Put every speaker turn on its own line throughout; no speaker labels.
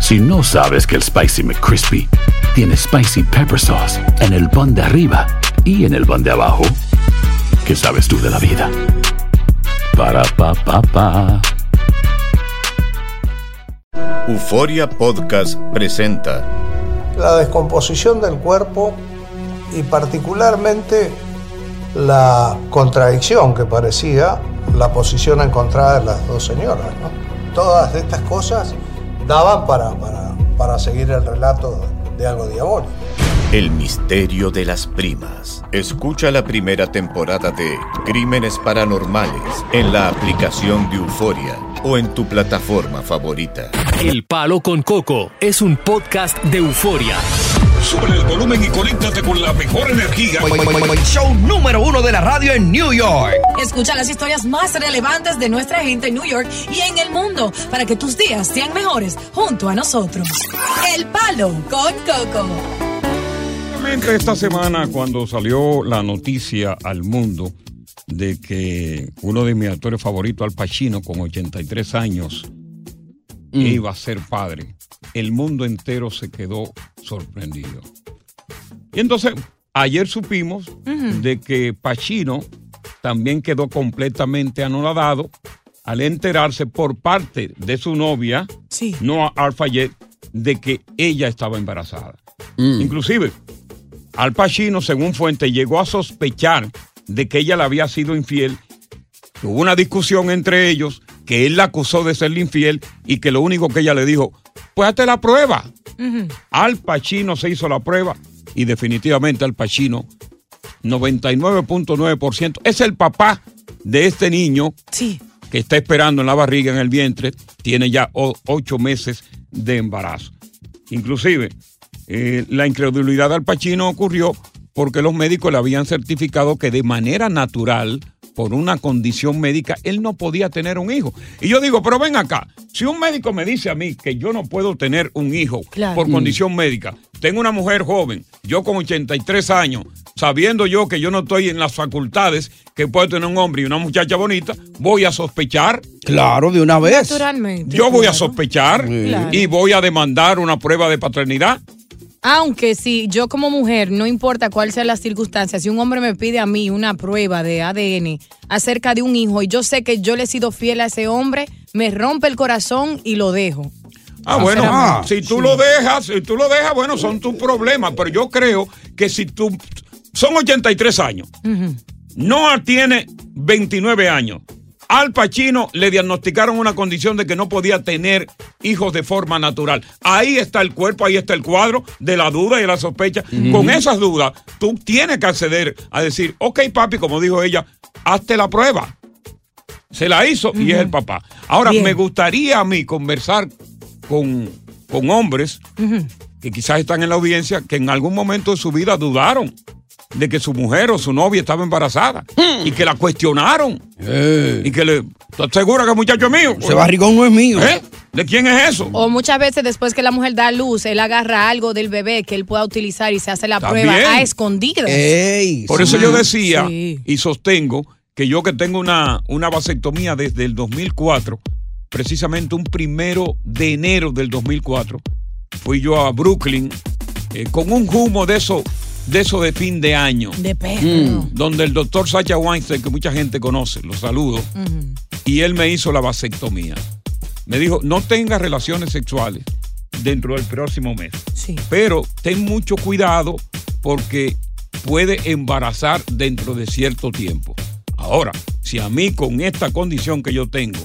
Si no sabes que el Spicy McCrispy tiene Spicy Pepper Sauce en el pan de arriba y en el pan de abajo, ¿qué sabes tú de la vida? Para, pa, pa, pa.
Euforia Podcast presenta
la descomposición del cuerpo y particularmente la contradicción que parecía la posición encontrada de las dos señoras. ¿no? Todas estas cosas daban para, para- para seguir el relato de algo diabólico.
El misterio de las primas. Escucha la primera temporada de Crímenes Paranormales en la aplicación de Euforia o en tu plataforma favorita.
El Palo con Coco es un podcast de euforia.
Sube el volumen y conéctate con la mejor energía.
Show número uno de la radio en New York.
Escucha las historias más relevantes de nuestra gente en New York y en el mundo para que tus días sean mejores junto a nosotros. El Palo con Coco.
Justamente Esta semana, cuando salió la noticia al mundo de que uno de mis actores favoritos, Al Pacino, con 83 años, iba a ser padre, el mundo entero se quedó sorprendido. Y entonces, ayer supimos de que Pacino también quedó completamente anonadado al enterarse por parte de su novia, Noah Arfayet, de que ella estaba embarazada. Inclusive, Al Pacino, según fuente, llegó a sospechar de que ella le había sido infiel. Hubo una discusión entre ellos que él la acusó de serle infiel y que lo único que ella le dijo, pues hazte la prueba. Al Pacino se hizo la prueba y definitivamente Al Pacino, 99.9%, es el papá de este niño que está esperando en la barriga, en el vientre, tiene ya o- ocho meses de embarazo. Inclusive, eh, la incredulidad de Al Pacino ocurrió porque los médicos le habían certificado que de manera natural, por una condición médica, él no podía tener un hijo. Y yo digo, pero ven acá, si un médico me dice a mí que yo no puedo tener un hijo
Claro.
por
Mm.
condición médica, tengo una mujer joven, yo con 83 años, sabiendo yo que yo no estoy en las facultades que puede tener un hombre y una muchacha bonita, voy a sospechar.
Claro, de una vez.
Naturalmente.
Yo voy a sospechar
Claro.
y voy a demandar una prueba de paternidad.
Aunque si yo como mujer, no importa cuál sea las circunstancias, si un hombre me pide a mí una prueba de ADN acerca de un hijo y yo sé que yo le he sido fiel a ese hombre, me rompe el corazón y lo dejo.
Ah, bueno,
Sinceramente.
si tú lo dejas, si tú lo dejas, bueno, son tus problemas, pero yo creo que si tú son 83 años,
Ujú.
Noah tiene 29 años. Al Pacino le diagnosticaron una condición de que no podía tener hijos de forma natural. Ahí está el cuerpo, ahí está el cuadro de la duda y de la sospecha. Con esas dudas, tú tienes que acceder a decir, ok papi, como dijo ella, hazte la prueba. Se la hizo y es el papá. Ahora, me gustaría a mí conversar con, con hombres que quizás están en la audiencia que en algún momento de su vida dudaron de que su mujer o su novia estaba embarazada y que la cuestionaron. Y que le. ¿Estás segura que el muchacho es mío?
Ese barrigón no es mío.
¿Eh? ¿De quién es eso?
O muchas veces después que la mujer da luz, él agarra algo del bebé que él pueda utilizar y se hace la
Está
prueba
bien.
a escondidas.
Eh.
Por eso
Sí.
yo decía
Sí.
y sostengo que yo que tengo una, una vasectomía desde el 2004, precisamente un primero de enero del 2004, fui yo a Brooklyn eh, con un humo de eso, de eso de fin de año.
De perro.
Mm.
Donde el doctor Sacha Weinstein, que mucha gente conoce, lo saludo, y él me hizo la vasectomía. Me dijo, no tengas relaciones sexuales dentro del próximo mes.
Sí.
Pero ten mucho cuidado porque puede embarazar dentro de cierto tiempo. Ahora, si a mí con esta condición que yo tengo,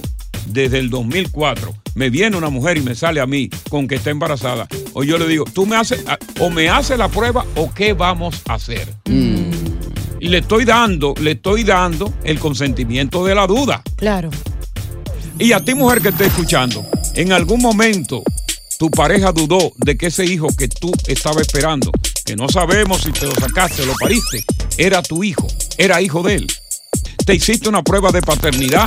desde el 2004, me viene una mujer y me sale a mí con que está embarazada, o yo le digo, tú me haces, a- o me haces la prueba o qué vamos a hacer. Y le estoy dando, le estoy dando el consentimiento de la duda.
Claro.
Y a ti, mujer que esté escuchando, en algún momento tu pareja dudó de que ese hijo que tú estabas esperando, que no sabemos si te lo sacaste o lo pariste, era tu hijo, era hijo de él. Te hiciste una prueba de paternidad.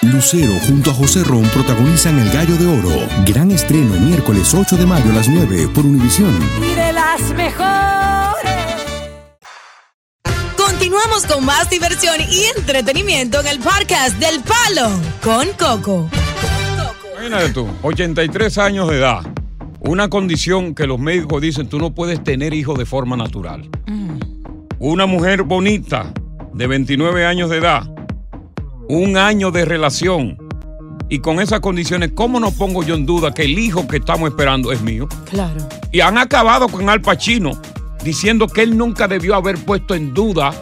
Lucero junto a José Ron protagonizan El Gallo de Oro. Gran estreno miércoles 8 de mayo a las 9 por Univisión.
Y de las mejores. Continuamos con más diversión y entretenimiento en el podcast del Palo con Coco.
Imagínate tú, 83 años de edad. Una condición que los médicos dicen tú no puedes tener hijos de forma natural. Una mujer bonita de 29 años de edad. Un año de relación. Y con esas condiciones, ¿cómo no pongo yo en duda que el hijo que estamos esperando es mío?
Claro.
Y han acabado con Al Pacino diciendo que él nunca debió haber puesto en duda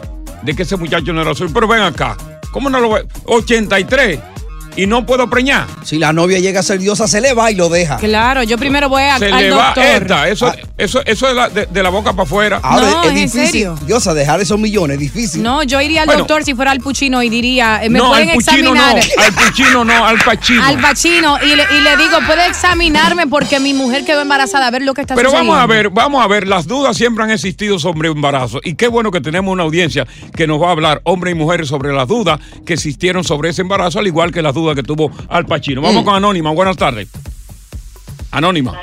de que ese muchacho no era suyo. Pero ven acá, ¿cómo no lo ve? 83 y no puedo preñar.
Si la novia llega a ser diosa, se le va y lo deja.
Claro, yo primero voy a,
Se
al
le va
doctor.
esta, eso, eso, eso es la- de, de la boca para afuera.
Ahora,
No,
es
es en
difícil.
serio.
Diosa, dejar esos millones, difícil.
No, yo iría al
Bueno.
doctor si fuera al Puchino y diría, eh, me
no, al
pueden
Puchino no,
examinar.
al Puchino no, al Pacino.
Al Pacino y le, y le digo, puede examinarme porque mi mujer quedó embarazada, a ver lo que está
Pero
sucediendo.
vamos a ver, vamos a ver, las dudas siempre han existido sobre embarazo y qué bueno que tenemos una audiencia que nos va a hablar, hombres y mujeres, sobre las dudas que existieron sobre ese embarazo, al igual que las dudas que tuvo Al Pacino.
Mm.
Vamos con Anónima, buenas tardes. Anónima,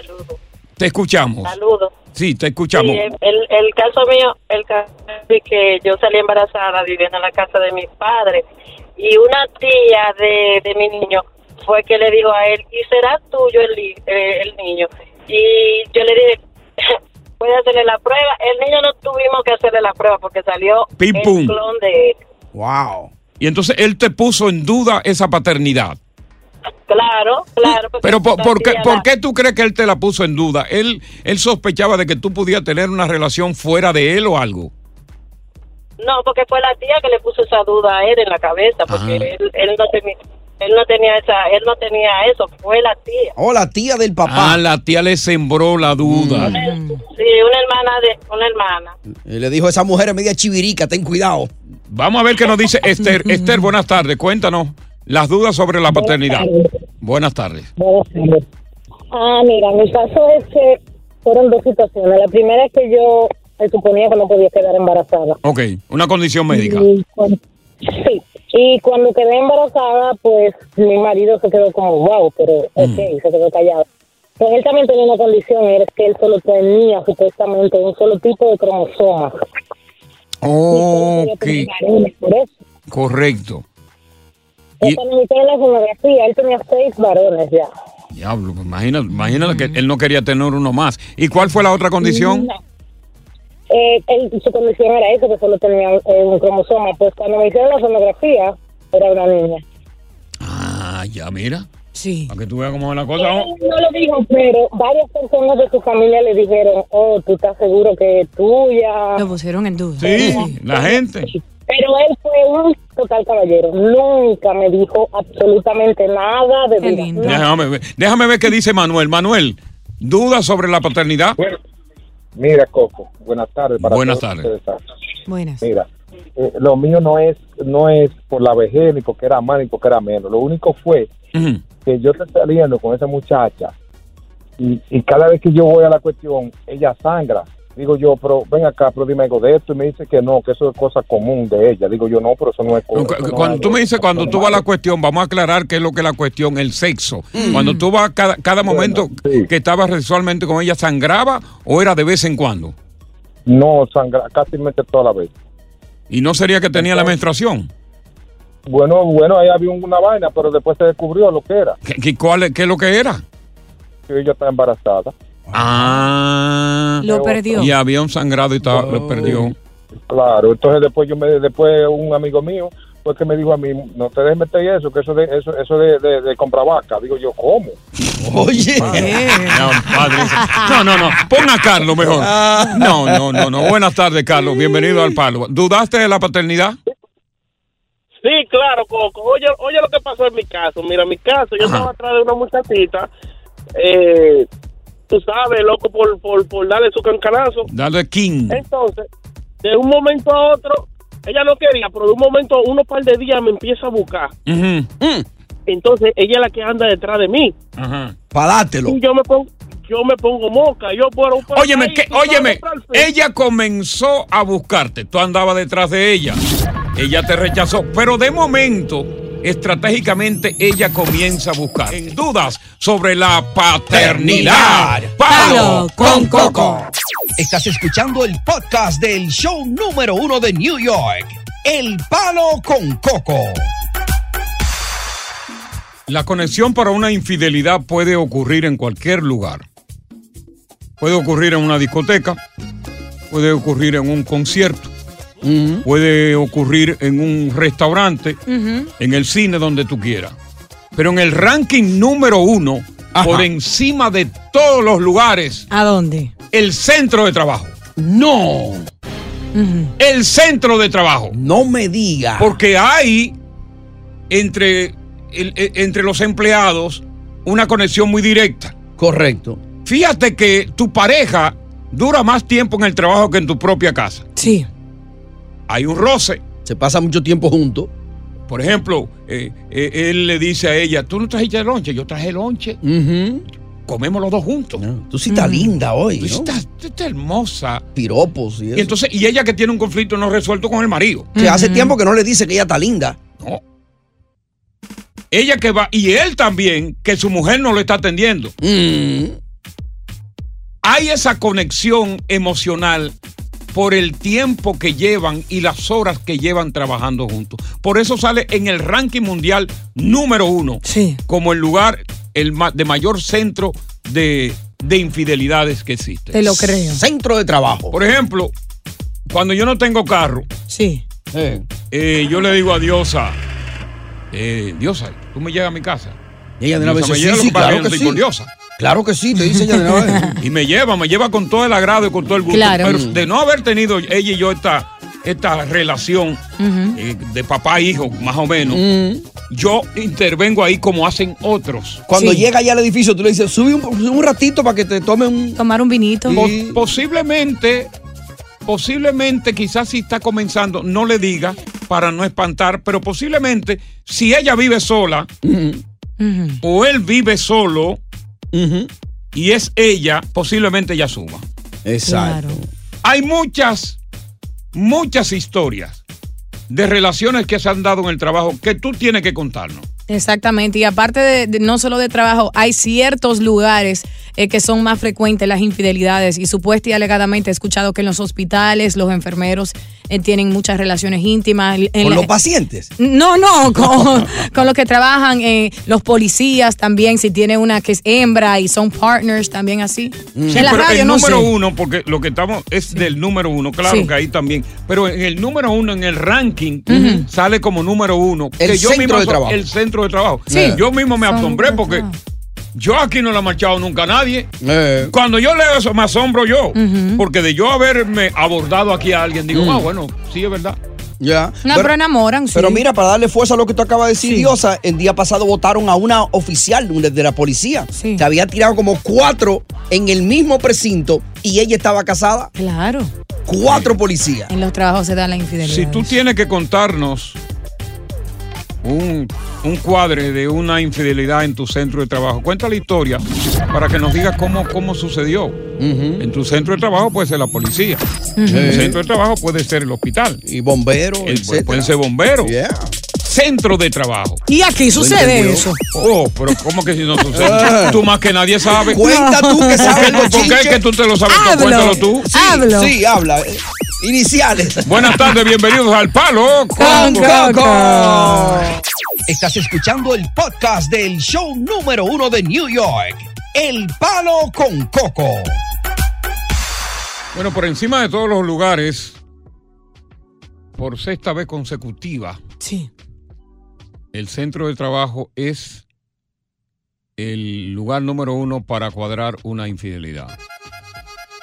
te escuchamos.
Saludos.
Sí, te escuchamos.
Sí, el, el caso mío, el caso de que yo salí embarazada viviendo en la casa de mis padres y una tía de, de mi niño fue que le dijo a él, ¿y será tuyo el, li- eh, el niño? Y yo le dije, voy a hacerle la prueba. El niño no tuvimos que hacerle la prueba porque salió
Pim,
el
pum.
clon de él.
Wow. Y entonces él te puso en duda esa paternidad.
Claro, claro. porque
Pero ¿por,
la
por qué,
tía
por
la-
qué tú crees que él te la puso en duda? ¿Él, él sospechaba de que tú podías tener una relación fuera de él o algo.
No, porque fue la tía que le puso esa duda a él en la cabeza, porque
Ah.
él, él no tenía, él no tenía esa, él no tenía eso, fue la tía.
Oh, la tía del papá.
Ah, la tía le sembró la duda.
Sí, una hermana de, una hermana.
Y le dijo a esa mujer es media chivirica, ten cuidado.
Vamos a ver qué nos dice Esther. Esther, buenas tardes. Cuéntanos las dudas sobre la paternidad. Buenas tardes.
Ah, mira, mi caso es que fueron dos situaciones. La primera es que yo me suponía que no podía quedar embarazada.
Ok, una condición médica.
Y cuan- sí, y cuando quedé embarazada, pues mi marido se quedó como, wow, pero
Mm.
ok, se quedó callado. Pues él también tenía una condición, era que él solo tenía supuestamente un solo tipo de cromosomas.
Oh, Ok,
Por eso,
correcto.
yo cuando me hice la sonografía, él tenía seis varones ya.
Diablo, pues imagina, imagina que él no quería tener uno más. ¿Y cuál fue la otra condición?
Eh, él- su condición era eso, que solo tenía eh, un cromosoma. Pues cuando me hicieron la sonografía, era una niña.
Ah, ya mira.
Sí.
Para que tú veas cómo es la cosa.
Él no lo dijo, pero varias personas de su familia le dijeron, oh, tú estás seguro que es tuya.
Lo pusieron en duda.
Sí, la gente.
Pero él fue un total caballero. Nunca me dijo absolutamente nada de vida.
Déjame ver, déjame ver qué dice Manuel. Manuel, ¿duda sobre la paternidad?
Mira, Coco, buenas tardes.
Buenas
todos
tardes.
ustedes.
Buenas.
Mira, eh, lo mío no es, no es por la vejez, ni porque era más, ni porque era menos. Lo único fue que yo estoy saliendo con esa muchacha y, y cada vez que yo voy a la cuestión, ella sangra. Digo yo, pero ven acá, pero dime algo de esto. Y me dice que no, que eso es cosa común de ella. Digo yo, no, pero eso no es cosa. eso no
Cuando
es-
tú me dices, cuando tú vas a la cuestión, vamos a aclarar qué es lo que es la cuestión, el sexo. Cuando tú vas, a cada, cada momento que estabas sexualmente con ella, ¿sangraba o era de vez en cuando?
No, sangra casi mete toda la vez.
¿Y no sería que tenía la menstruación?
Bueno, bueno, ahí había una vaina, pero después se descubrió lo que era.
¿Qué, qué- cuál, es- qué es lo que era?
Que ella está embarazada.
Ah.
Lo perdió.
Y había un sangrado y estaba- lo perdió.
Claro, entonces después yo me después un amigo mío fue que me dijo a mí, no te dejes meter eso, que eso de eso eso de, de, de comprar vaca. Digo yo, ¿cómo?
Oye.
No, padre. no, no, no. Pon a Carlos mejor. No, no, no, no. Buenas tardes, Carlos. Bienvenido al palo. ¿Dudaste de la paternidad?
Sí, claro, Coco. Oye, oye lo que pasó en mi caso. Mira, en mi caso, yo estaba atrás de una muchachita, eh, tú sabes, loco, por, por, por darle su cancanazo.
Dale King.
Entonces, de un momento a otro, ella no quería, pero de un momento, a unos par de días me empieza a buscar.
Ujú.
Entonces, ella es la que anda detrás de mí.
Ajá.
Palátelo.
Y yo me pongo, yo me pongo moca. Yo puedo...
Óyeme, que, óyeme, ella comenzó a buscarte, tú andabas detrás de ella, ella te rechazó, pero de momento, estratégicamente, ella comienza a buscar. En dudas sobre la paternidad.
Palo con Coco. Estás escuchando el podcast del show número uno de New York, El Palo con Coco.
La conexión para una infidelidad puede ocurrir en cualquier lugar. Puede ocurrir en una discoteca, puede ocurrir en un concierto, puede ocurrir en un restaurante, en el cine donde tú quieras. Pero en el ranking número uno, por encima de todos los lugares.
¿A dónde?
El centro de trabajo. No. El centro de trabajo.
No me diga.
Porque hay entre, el- e- entre los empleados una conexión muy directa.
Correcto.
Fíjate que tu pareja dura más tiempo en el trabajo que en tu propia casa.
Sí.
Hay un roce.
Se pasa mucho tiempo juntos.
Por ejemplo, eh, eh, él le dice a ella, tú no trajiste lonche, yo traje lonche. Comemos los dos juntos.
Tú sí estás linda hoy.
Tú sí
Ah, ¿no?
estás, tú estás hermosa.
Piropos y eso.
Y entonces, y ella que tiene un conflicto no resuelto con el marido.
que hace tiempo que no le dice que ella está linda.
Ella que va, y él también, que su mujer no lo está atendiendo.
Mm.
Hay esa conexión emocional por el tiempo que llevan y las horas que llevan trabajando juntos. Por eso sale en el ranking mundial número uno como el lugar el ma- de mayor centro de, de infidelidades que existe.
Te lo creo.
Centro de trabajo.
Por ejemplo, cuando yo no tengo carro,
Sí.
eh, yo le digo a Diosa, eh, Diosa, tú me llegas a mi casa.
Y ella de una vez
Diosa, me
sí,
lleva, lo
sí,
que pasa
claro
es yo no
que
estoy con
sí.
Diosa.
Claro que sí, te dice ella de una vez.
Y me lleva, me lleva con todo el agrado y con todo el gusto.
Claro.
Pero
Mm.
de no haber tenido ella y yo esta, esta relación eh, de papá e hijo, más o menos, yo intervengo ahí como hacen otros.
Cuando llega ya al edificio, tú le dices, sube un, sube un ratito para que te tome un.
Tomar un vinito.
Po- posiblemente, posiblemente, quizás si está comenzando, no le diga para no espantar, pero posiblemente, si ella vive sola o él vive solo y es ella, posiblemente ella suma.
Exacto.
Hay muchas, muchas historias de relaciones que se han dado en el trabajo que tú tienes que contarnos.
Mm. Exactamente, y aparte de, de- no solo de trabajo, hay ciertos lugares eh, que son más frecuentes las infidelidades y supuesta y alegadamente he escuchado que en los hospitales los enfermeros eh, tienen muchas relaciones íntimas. En
¿Con
la-
los pacientes?
No, no, con, con los que trabajan, eh, los policías también, si tiene una que es hembra y son partners también así.
Mm. Sí,
en la
pero
radio
el
no
número
sé.
uno, porque lo que estamos es del número uno, claro
Sí.
que ahí también. Pero en el número uno, en el ranking, sale como número uno.
El
que yo
centro
mismo
de
so-
trabajo.
El centro de trabajo.
Sí.
Yo mismo me asombré porque yo aquí no la he marchado nunca a nadie.
Eh,
Cuando yo leo eso, me asombro yo. Porque de yo haberme abordado aquí a alguien, digo,
Mm.
ah, bueno, sí es verdad.
Ya.
No, pero enamoran, sí.
Pero mira, para darle fuerza a lo que tú acabas de decir, Diosa, el día pasado votaron a una oficial de de la policía. Que había tirado como cuatro en el mismo precinto y ella estaba casada.
Claro.
Cuatro policías.
En los trabajos se da la infidelidad.
Si tú tienes que contarnos un, un cuadre de una infidelidad en tu centro de trabajo, cuenta la historia para que nos digas cómo, cómo sucedió. En tu centro de trabajo puede ser la policía. En tu
Sí.
centro de trabajo puede ser el hospital.
Y bomberos,
El-
etcétera.
Pueden ser bomberos.
Yeah.
Centro de trabajo.
Y aquí sucede eso.
Oh, pero ¿cómo que si no sucede? tú más que nadie sabes.
Cuenta tú Ah. que sabes los
¿Por qué es
chinches.
que tú te lo sabes? todo?
Hablo.
Cuéntalo tú.
Sí, Hablo. sí, habla. Iniciales.
Buenas tardes, bienvenidos al Palo
Con
Coco.
Estás escuchando el podcast del show número uno de New York, El Palo con Coco.
Bueno, por encima de todos los lugares, por sexta vez consecutiva, el centro de trabajo es el lugar número uno para cuadrar una infidelidad.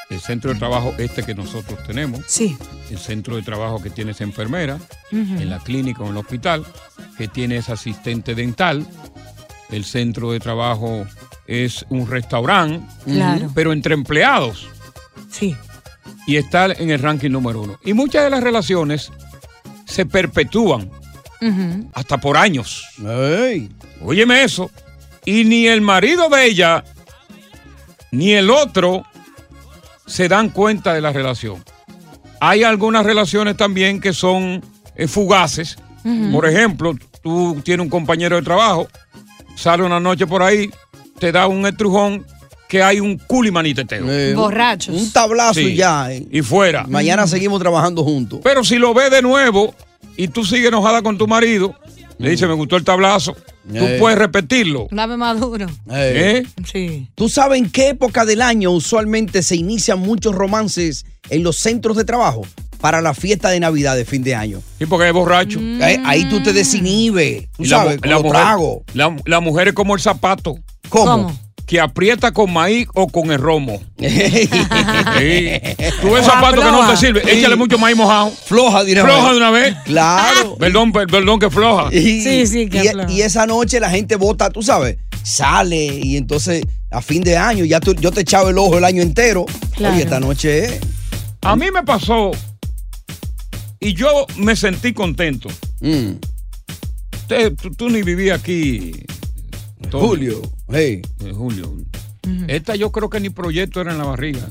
El centro de trabajo este que nosotros tenemos,
sí.
el centro de trabajo que tiene esa enfermera, en la clínica o en el hospital, que tiene ese asistente dental, el centro de trabajo es un restaurante,
Claro.
pero entre empleados.
Sí.
Y está en el ranking número uno. Y muchas de las relaciones se perpetúan
Ujú.
hasta por años. Óyeme eso. Y ni el marido de ella, ni el otro, se dan cuenta de la relación. Hay algunas relaciones también que son eh, fugaces.
Ujú.
Por ejemplo, tú tienes un compañero de trabajo, sale una noche por ahí, te da un estrujón que hay un culimaniteteo.
Borrachos.
Un tablazo
Eh, Sí.
y ya. eh.
Y fuera.
Mañana seguimos trabajando juntos. Eh,
Pero si lo ves de nuevo y tú sigues enojada con tu marido, le dices, me gustó el tablazo, tú
Eh.
puedes repetirlo.
Una vez más duro.
¿Eh?
Sí.
¿Tú sabes en qué época del año usualmente se inician muchos romances en los centros de trabajo? Para la fiesta de Navidad de fin de año.
Sí, porque es borracho.
Ahí, ahí tú te desinhibes, tú
Y la
sabes,
mu-
con
la
los
mujer-
tragos.
La, la mujer es como el zapato.
¿Cómo? ¿Cómo?
Que aprieta con maíz o con el romo. Sí. Tú ves
O
zapato que no
afloja.
te sirve,
Sí.
échale mucho maíz mojado.
Floja de una
Floja
vez.
de una vez.
Claro.
Perdón, per- perdón que floja.
Y,
que
y- e-,
afloja.
y esa noche la gente vota, tú sabes, sale y entonces a fin de año ya tú- yo te echaba el ojo el año entero.
Claro.
Oye, esta noche es.
A mí me pasó y yo me sentí contento.
mm,
Te- tú, tú ni vivías aquí. Tony.
Julio, hey.
Eh, Julio. Esta yo creo que ni proyecto era en la barriga.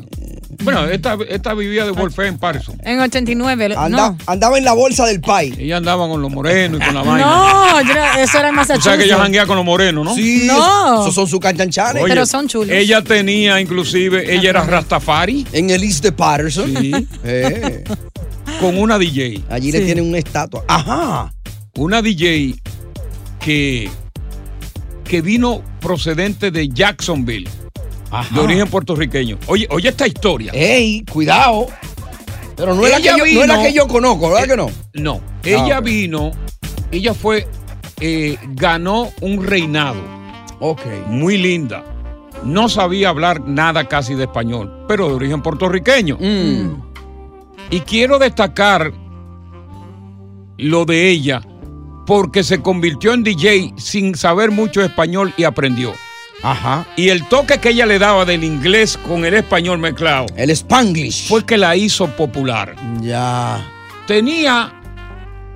Bueno, esta, esta vivía de Wolfe en Parson.
En 89. lo-
Anda-
no.
Andaba en la bolsa del país.
Ella andaba con los morenos y con la vaina.
No, yo no- eso era en
O sea
Massachusetts.
que ella janguea con los morenos, ¿no?
Sí,
No.
esos son sus canchanchanes.
Oye,
Pero son chulos.
Ella tenía, inclusive, ella era Rastafari.
En el East de Patterson.
Sí.
Eh,
Con una DJ.
allí le tienen una estatua.
Ah.
Ajá.
Una DJ que, que vino procedente de Jacksonville. De origen puertorriqueño. Oye, oye esta historia.
Ey, cuidado. Pero no es, la que yo,
Ella
no es la
vino- Eh,
que yo conozco, ¿verdad que no?
No, ella
Ah, ok.
vino, ella fue, eh, ganó un reinado.
Ok.
Muy linda. No sabía hablar nada casi de español, pero de origen puertorriqueño.
Mm.
mm. Y quiero destacar lo de ella, porque se convirtió en DJ sin saber mucho español y aprendió.
Ajá.
Y el toque que ella le daba del inglés con el español mezclado.
El spanglish.
Fue que la hizo popular.
Mm. Ya.
Tenía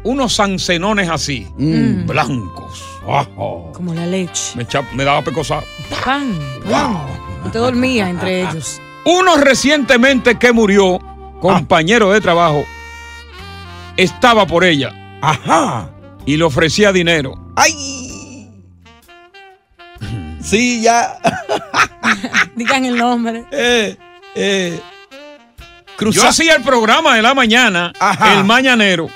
unos sansenones así,
Mm.
blancos. Ojo.
Como la leche.
Me, echa- me daba pecosa.
Pan, pan. Y te dormía entre ellos.
Uno recientemente que murió,
Ah.
compañero de trabajo, estaba por ella.
Ajá.
Y le ofrecía dinero.
¡Ay! Sí, ya.
Digan el nombre.
Eh, eh.
Yo hacía el programa de la mañana, el mañanero,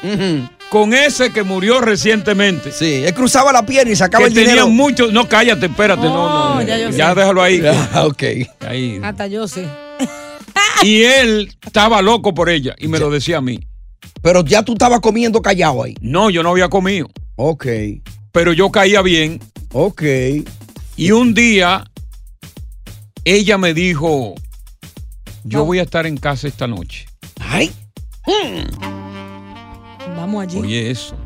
con ese que murió recientemente.
Sí, él cruzaba la pierna y sacaba
que
el dinero. Oh,
tenían muchos. No, cállate, espérate, no, no.
ya yo sé.
déjalo ahí.
Ah, ok.
Ahí.
Hasta yo sé.
Y él estaba loco por ella y me lo decía a mí.
Pero ya tú estabas comiendo callado ahí.
No, yo no había comido.
Ok.
Pero yo caía bien.
Ok.
Y un día ella me dijo, yo voy a estar en casa esta noche.
Ay.
Vamos allí.
Oye, eso.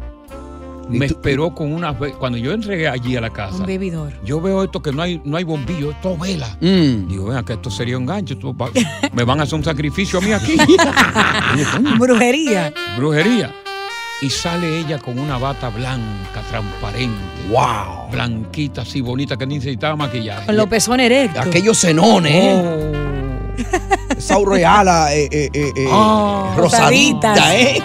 Me esperó con unas ve- cuando yo entregué allí a la casa.
Un bebidor.
Yo veo esto que no hay, no hay bombillo, esto es vela. Digo, ven acá, esto sería un gancho. esto va- me van a hacer un sacrificio a mí aquí. Oye, coño,
Brujería.
brujería. Y sale ella con una bata blanca, transparente.
¡Wow!
Blanquita, así bonita, que ni necesitaba maquillaje.
Con los pezones erectos.
Aquellos cenones.
Oh.
¿eh? Esa aureala eh, eh, eh, eh,
Ah,
rosadita, ¿eh?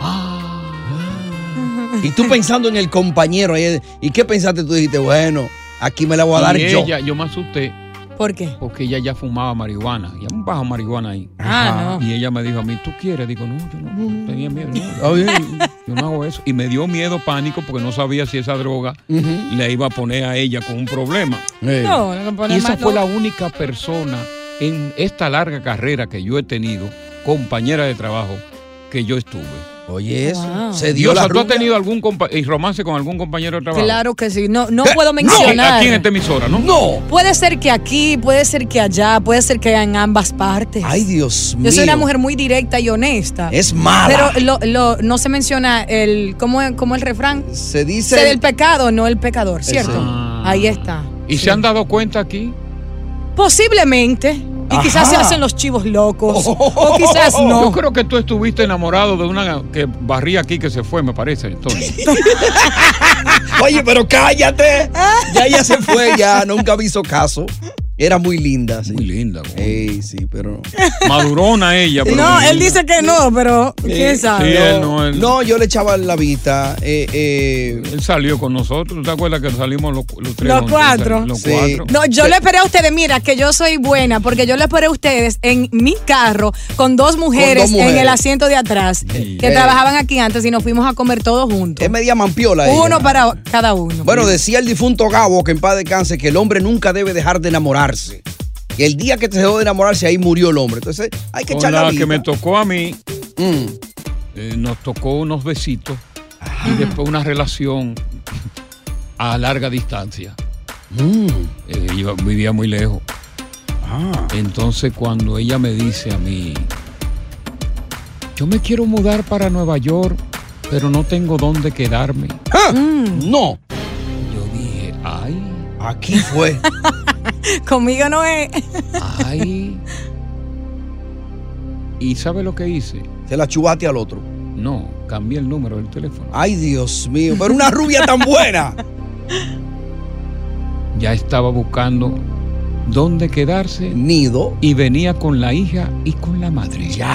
"Oh, ah".
Y tú pensando en el compañero. eh, ¿Y qué pensaste? Tú dijiste, bueno, aquí me la voy a dar
y
yo.
ella, yo me asusté.
¿Por qué?
Porque ella ya fumaba marihuana. Ya me baja marihuana ahí.
Ah, no.
Y ella me dijo a mí, ¿tú quieres? Digo, no, yo no,
Mm.
yo tenía miedo. no.
Ah, bien.
Yo no hago eso. Y me dio miedo, pánico, porque no sabía si esa droga le iba a poner a ella con un problema.
Eh,
No, no pone
Eh, y esa
mal,
fue
no.
la única persona en esta larga carrera que yo he tenido, compañera de trabajo, que yo estuve.
Oye, eso.
Wow.
Se dio la
¿Tú has
rubia.
tenido algún compa- y romance con algún compañero de trabajo?
Claro que sí. No, no
¿Qué?
puedo mencionar.
Eh, Aquí en este- esta emisora, ¿no?
No.
Puede ser que aquí, puede ser que allá, puede ser que en ambas partes.
Ay, Dios mío.
Yo soy una mujer muy directa y honesta.
Es mala.
Pero lo- lo- no se menciona el. ¿Cómo es, cómo es el refrán?
Se dice.
Sé del pecado, no el pecador, ¿cierto? Ahí está.
¿Y se han dado cuenta aquí?
Posiblemente. Y quizás
Ajá.
se hacen los chivos locos. O quizás
Yo
no.
creo que tú estuviste enamorado de una que barría aquí que se fue, me parece, entonces.
Oye, pero cállate. Ya ella se fue, ya nunca me hizo caso. Era muy linda, sí. Muy
linda,
Ey, sí, pero.
Madurona ella. pero
No,
muy
él
linda.
dice que no, pero quién sabe.
no, él-
No, yo le echaba la vista. Eh, eh.
Él salió con nosotros. ¿Tú te acuerdas que salimos los, los tres?
Los
juntos?
cuatro.
Los
Sí.
cuatro.
No, yo le esperé a ustedes, mira, que yo soy buena, porque yo le esperé a ustedes en mi carro con dos mujeres,
mujeres.
en el asiento de atrás, que
Eh.
trabajaban aquí antes y nos fuimos a comer todos juntos.
Es media mampiola. ella.
Uno para cada uno.
Bueno, decía el difunto Gabo que en paz descanse que el hombre nunca debe dejar de enamorarse. Y el día que te dejó de enamorarse, ahí murió el hombre. Entonces, hay que
Con
echar la, Mm.
la
vida.
que me tocó a mí, eh, nos tocó unos besitos y después una relación a larga distancia.
Mm.
Eh, yo vivía muy lejos. Entonces cuando ella me dice a mí, yo me quiero mudar para Nueva York, pero no tengo dónde quedarme.
Ah, No.
Yo dije, ay,
aquí fue.
Conmigo no es.
Ay. ¿Y sabe lo que hice?
Se la chubate al otro.
No, cambié el número del teléfono.
Ay, Dios mío. Pero una rubia tan buena.
Ya estaba buscando dónde quedarse.
Nido.
Y venía con la hija y con la madre. Ya.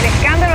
El escándalo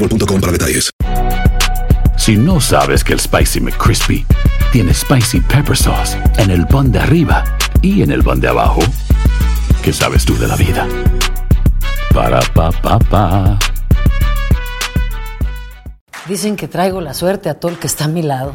T-Mobile.com para detalles.
Si no sabes que el Spicy McCrispy tiene Spicy Pepper Sauce en el pan de arriba y en el pan de abajo, ¿qué sabes tú de la vida? Para, pa, pa, pa.
Dicen que traigo la suerte a todo el que está a mi lado.